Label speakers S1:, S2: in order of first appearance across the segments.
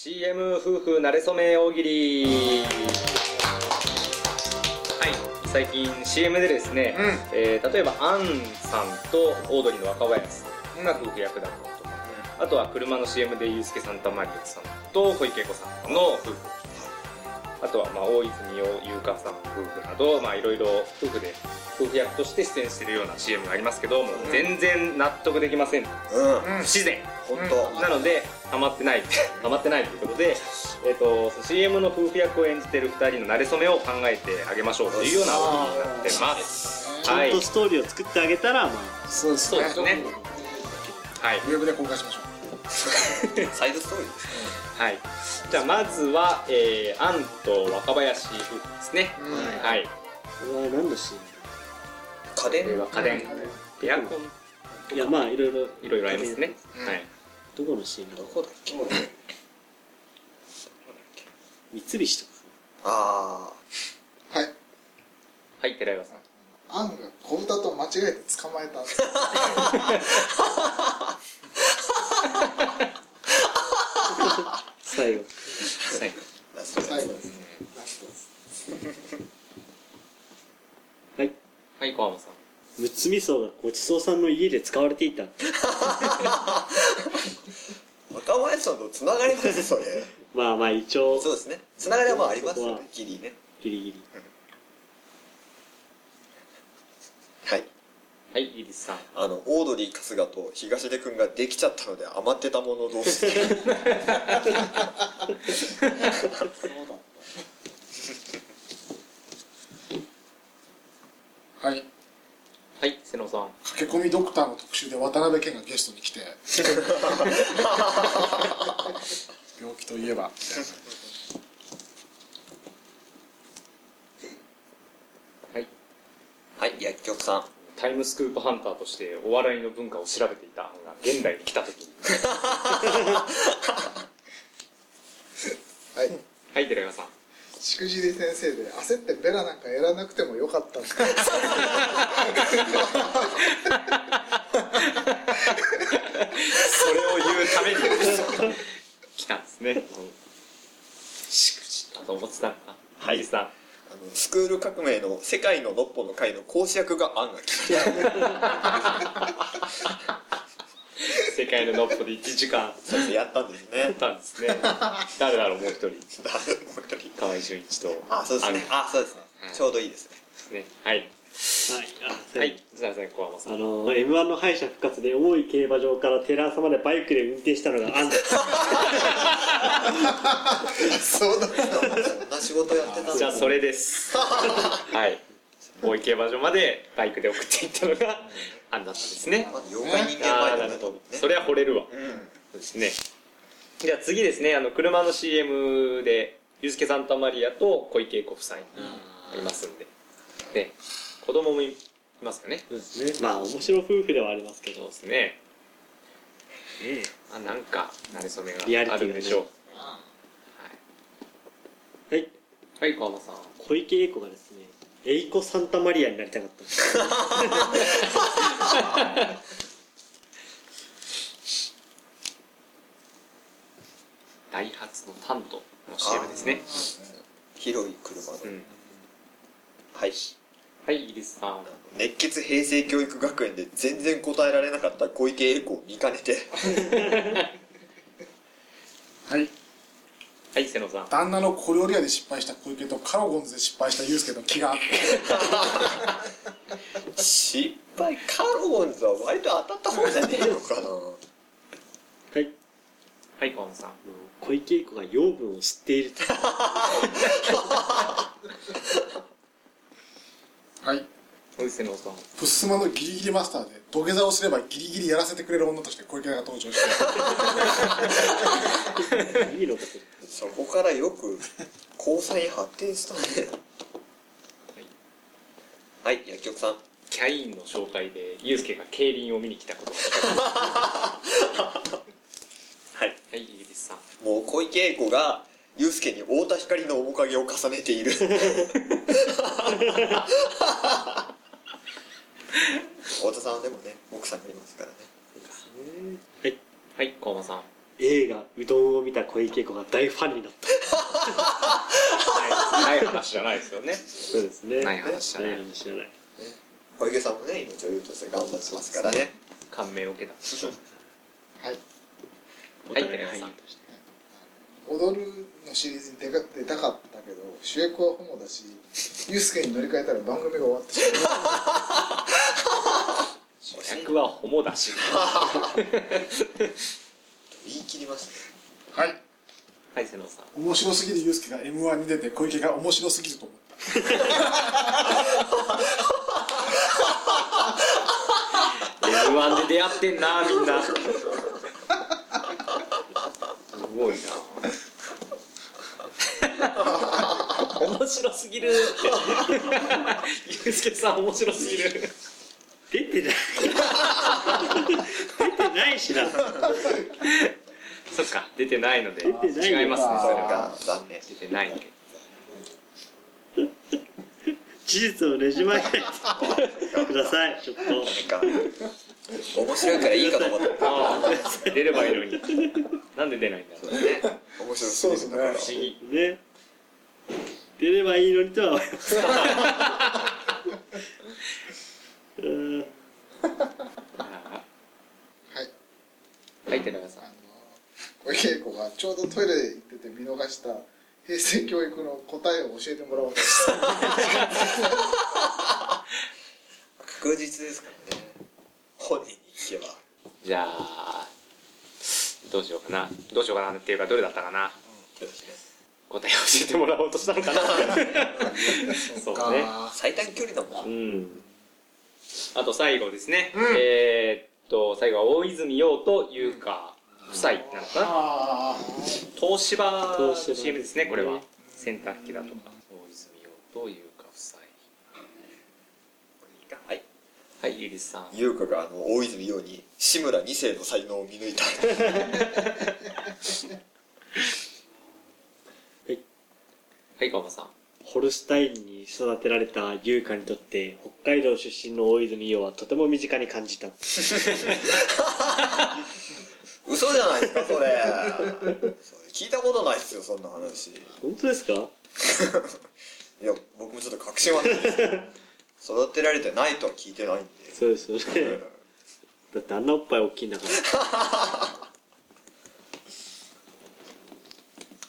S1: CM 夫婦なれそめ大喜利はい最近 CM でですね、
S2: うん
S1: えー例えばアンさんとオードリーの若林さんが夫婦役だとか、あとは車の CM でユースケ・サンタマリアさんと小池恵子さんの夫婦あとはまあ大泉洋優香さん夫婦などまあいろいろ夫婦で夫婦役として出演しているような CM がありますけどもう全然納得できません不
S3: うん
S2: うん
S1: 自然
S3: 本
S1: な
S3: 当
S1: のでハマってないハマってないということで、えっとその CM の夫婦役を演じてる2人の馴れ初めを考えてあげましょうというような動きになってます
S4: ち
S1: は
S4: ゃん
S1: い
S4: とストーリーを作ってあげたら、まあ、
S3: そうです
S1: そうですねはい
S3: ウェブで公開しましょ
S5: サイドストーリーですね
S1: はいじゃあまずは、えー、アンと若林夫婦ですね、
S3: う、うん
S1: はい
S4: これは何のシーン
S5: 家
S1: これ
S5: 電
S1: は家電エアコン
S4: だいや、まあ、いろいろ。
S1: いろいろありますね、
S3: うん
S1: はい
S4: どこのシーンだ
S5: ど
S4: ろ
S5: こだっけ
S4: う三菱とか。
S5: あ
S3: はい
S1: はい寺岩さん
S3: アンが小豚と間違えて捕まえたんですよ
S4: 最後。
S1: はい
S5: あそう
S3: 最後ですラストです
S4: はい。
S1: はい小浜さん
S4: むつみそがごちそうさんの家で使われていた。
S5: 若林さんとつながりますねそれ
S4: まあまあ、一応、
S5: そうですねつながりはまあありますよねギリね
S4: ギリギリ。
S5: はい
S1: はいイリスさん
S5: あのオードリー春日と東出君ができちゃったので余ってたもの同士
S3: そうだったはい
S1: はい瀬野さん
S3: 駆け込みドクターの特集で渡辺謙がゲストに来て病気といえばみたいな
S1: はい
S5: はい薬局さん
S1: タイムスクープハンターとしてお笑いの文化を調べていたアンが現代に来た時に
S3: はい
S1: はい寺岩さん
S3: しくじり先生で焦ってベラなんかやらなくてもよかったんだ
S1: それを言うために 来たんですねしくじったと思ってたんだ
S5: はい
S1: イリスさん
S5: あのスクール革命の世界のノッポの会の講師役がアンが来た
S1: 世界のノッポで1時間
S5: そうですねやったんです
S1: やっ
S5: ね
S1: たんですね誰だろうもう一人
S5: あもう一人
S1: 河合純一と
S5: あそうですねあそうですねちょうどいいですね
S1: あねはい
S4: はい。あ
S1: はいすいません小浜さ
S4: あ
S1: ん
S4: の、M1 の敗者復活で重い競馬場からテラーまでバイクで運転したのがア ンだ。
S3: そうだった
S5: そんな仕事やってたんだ
S1: じゃあそれです はい大井競馬場までバイクで送っていったのがあんだったんですね
S5: まあ妖怪人間
S1: あ
S5: 前
S1: あな
S5: だ
S1: る
S5: ね
S1: ほどそれは惚れるわ
S5: うん
S1: そうですね。じゃあ次ですね、あの、車の CM で、ユースケ・サンタマリアと小池栄子夫妻いますんで。ね、子供もいますよね。
S4: そうですね。まあ、面白夫婦ではありますけ
S1: そう
S4: ど
S1: で。すね。うん。あ、なんか、馴れ初め
S4: リアリ
S1: があ
S4: ティがね
S1: るんでしょう。
S4: はい。
S1: はい、小浜さん。
S4: 小池栄子がですね、エイコ・サンタマリアになりたかったんです。
S1: ダイハツのタントの CM ですね。
S5: 広い車の
S1: うん。
S5: はい
S1: はい、イリスさん。
S5: 熱血平成教育学園で全然答えられなかった小池栄子を見かね て
S3: はい
S1: はい、瀬野さん。
S3: 旦那の小料理屋で失敗した小池とカロゴンズで失敗したユースケと気が合って
S5: 失敗カロゴンズは割と当たった方じゃねえのかな
S4: はい。
S1: はい、小浜さん。
S4: 小池栄子が養分を吸っていると。
S3: はい
S1: はい、瀬野さん。
S3: プッスマのギリギリマスターで土下座をすればギリギリやらせてくれる女として小池が登場して
S4: いいのかそれ。
S5: そこからよく交際に発展したねはい薬局さん
S1: キャインの紹介で、ユースケが競輪を見に来たことが分か
S5: はい
S1: るはい、イリスさん。
S5: もう小池栄子が祐介に太田光の面影を重ねて いる太田さんはでもね奥さんがいますからね
S4: はい。
S1: はい、小浜さん。
S4: 映画「うどん」を見た小池栄子が大ファンになった
S1: ない話じゃないですよね
S4: そうですね
S1: ない話じゃない
S4: ない話じゃない
S5: 小池さんもね、今女優として頑張ってますからね。
S1: 感銘を受けた
S3: はい
S4: お
S1: はい
S4: 互い俳優として
S3: 踊るのシリーズに出か出たかったけど主役はホモだしユースケに乗り換えたら番組が終わってしまう
S1: 主役はホモだし
S5: 言い切りました
S3: は
S5: ね。
S3: い
S1: はい瀬野さん
S3: 面白すぎるユースケが m 1に出て小池が面白すぎると思った
S1: 「M‐1」で出会ってんなみんなすごいな面白すぎるってユうスケさん面白すぎる
S4: 出てない出てないしな
S1: そっか出てないので違います
S4: 出てないのか
S1: ねそれ
S5: なん
S1: が
S5: か、残念。
S1: 出てないんで
S4: 事実をねじ曲げてくださいちょっと
S5: なんか、 面白いからいいかと思った。
S1: ああ出ればいいのになんで出ないんだろうね
S5: 面白
S3: そうですね
S1: 不思議
S4: ね出ればいいのにとは思います うん
S1: あ
S3: はい
S1: あはい寺田さん
S3: あの小池栄子がちょうどトイレ行ってて見逃した平成教育の答えを教えてもらおうとして
S5: 確実ですからね。本人に聞けば。
S1: じゃあどうしようかなどうしようかなっていうかどれだったかな答えを教えてもらおうとしたのかな そうね
S5: 最短距離だもん
S1: う
S5: な。
S1: んあと最後ですね、えーっと最後は大泉洋と優香夫妻なのかな
S3: ああ
S1: 東芝の
S4: 東芝
S1: CM ですねこれは
S4: ね
S1: 洗濯機だとか大泉洋と優香夫妻
S5: はい。
S1: はいイギリスさん
S5: 優香があの大泉洋に志村二世の才能を見抜いた
S1: はい川場さん
S4: ホルスタインに育てられた優香にとって北海道出身の大泉洋はとても身近に感じた
S5: 嘘じゃないですかそ れそれ聞いたことないですよそんな話い
S4: 本当ですか
S5: や僕もちょっと確信はない です育てられてないとは聞いてないんで
S4: そうですよねだってあんなおっぱい大きいんだから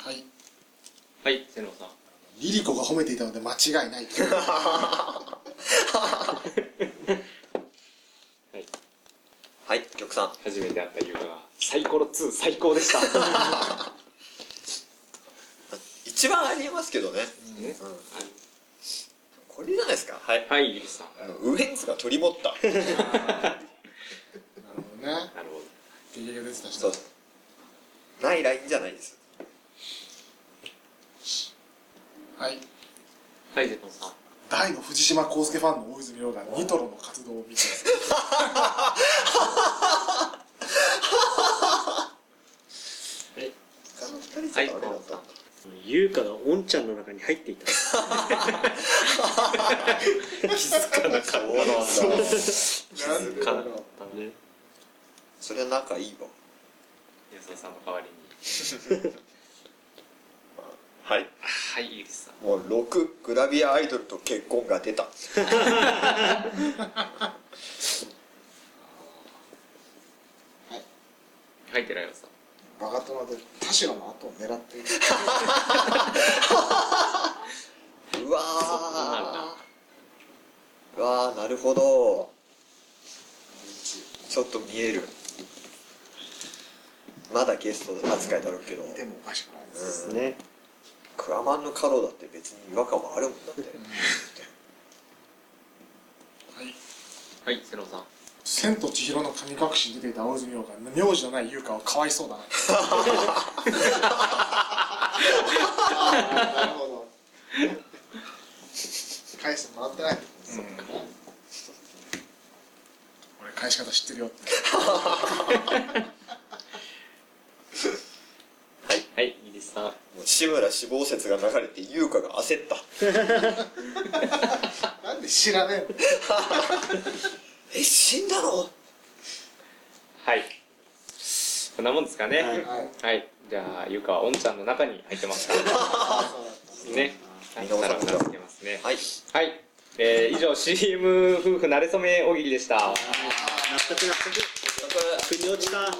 S3: はい
S1: はい瀬野さん
S3: リリコが褒めていたので間違いないと
S5: はい玉さん
S1: 初めて会った優香がサイコロ2最高でした
S5: 一番ありえますけどね、
S1: ね
S5: うんこれじゃないですかは い
S1: はいイギリスさん
S5: あのウエンツが取り持った
S3: なるほどね
S1: なるほど
S3: ゲゲゲ出てたし
S5: そうないラインじゃないです
S3: はい
S1: はい、ゼポンさん。
S3: 大の藤島康介ファンの大泉洋がニトロの活動を見てます
S5: 他の二人じゃダメだったんだ、
S1: はい
S4: 優香がおんちゃんの中に入っていた
S5: そうなんだ
S3: なんでだろう
S4: ね
S5: それは仲いいわ
S1: 安田さんの代わりに。
S5: はい
S1: はい、イギリスさん。
S5: もう6グラビアアイドルと結婚が出た
S1: はい、寺山さん。
S3: バカ殿で田代の後を 狙っている
S5: うわ
S1: そうなんだ
S5: ーうわーなるほどちょっと見えるまだゲスト扱いだろうけど
S3: でもおかしくないで
S5: う
S3: す
S5: ん
S4: ね
S5: クラマンのカロだって別に違和感はあるもんだって
S1: はい、瀬野さん。
S3: 千と千尋の神隠しに出ていた大泉洋が名字のない優香はかわいそうだななるほど返してもらってないと
S1: そっか。
S3: 俺返し方知ってるよって
S1: はい、イギリスさん。
S5: もう志村死亡説が流れて優香が焦った
S3: なんで知らねえの
S5: え死んだの
S1: はい。そんなもんですかね
S4: は
S1: はいい、
S3: はい
S1: じゃあゆかはおんちゃんの中に入って ますからねはいな
S5: 源さ
S1: ら
S5: ん
S1: う
S5: も
S1: な
S5: じゃあ
S1: ずけますね
S5: はい
S1: はい、えー、以上 CM 夫婦なれそめ大喜利でした
S4: 納得納得腑に落ちた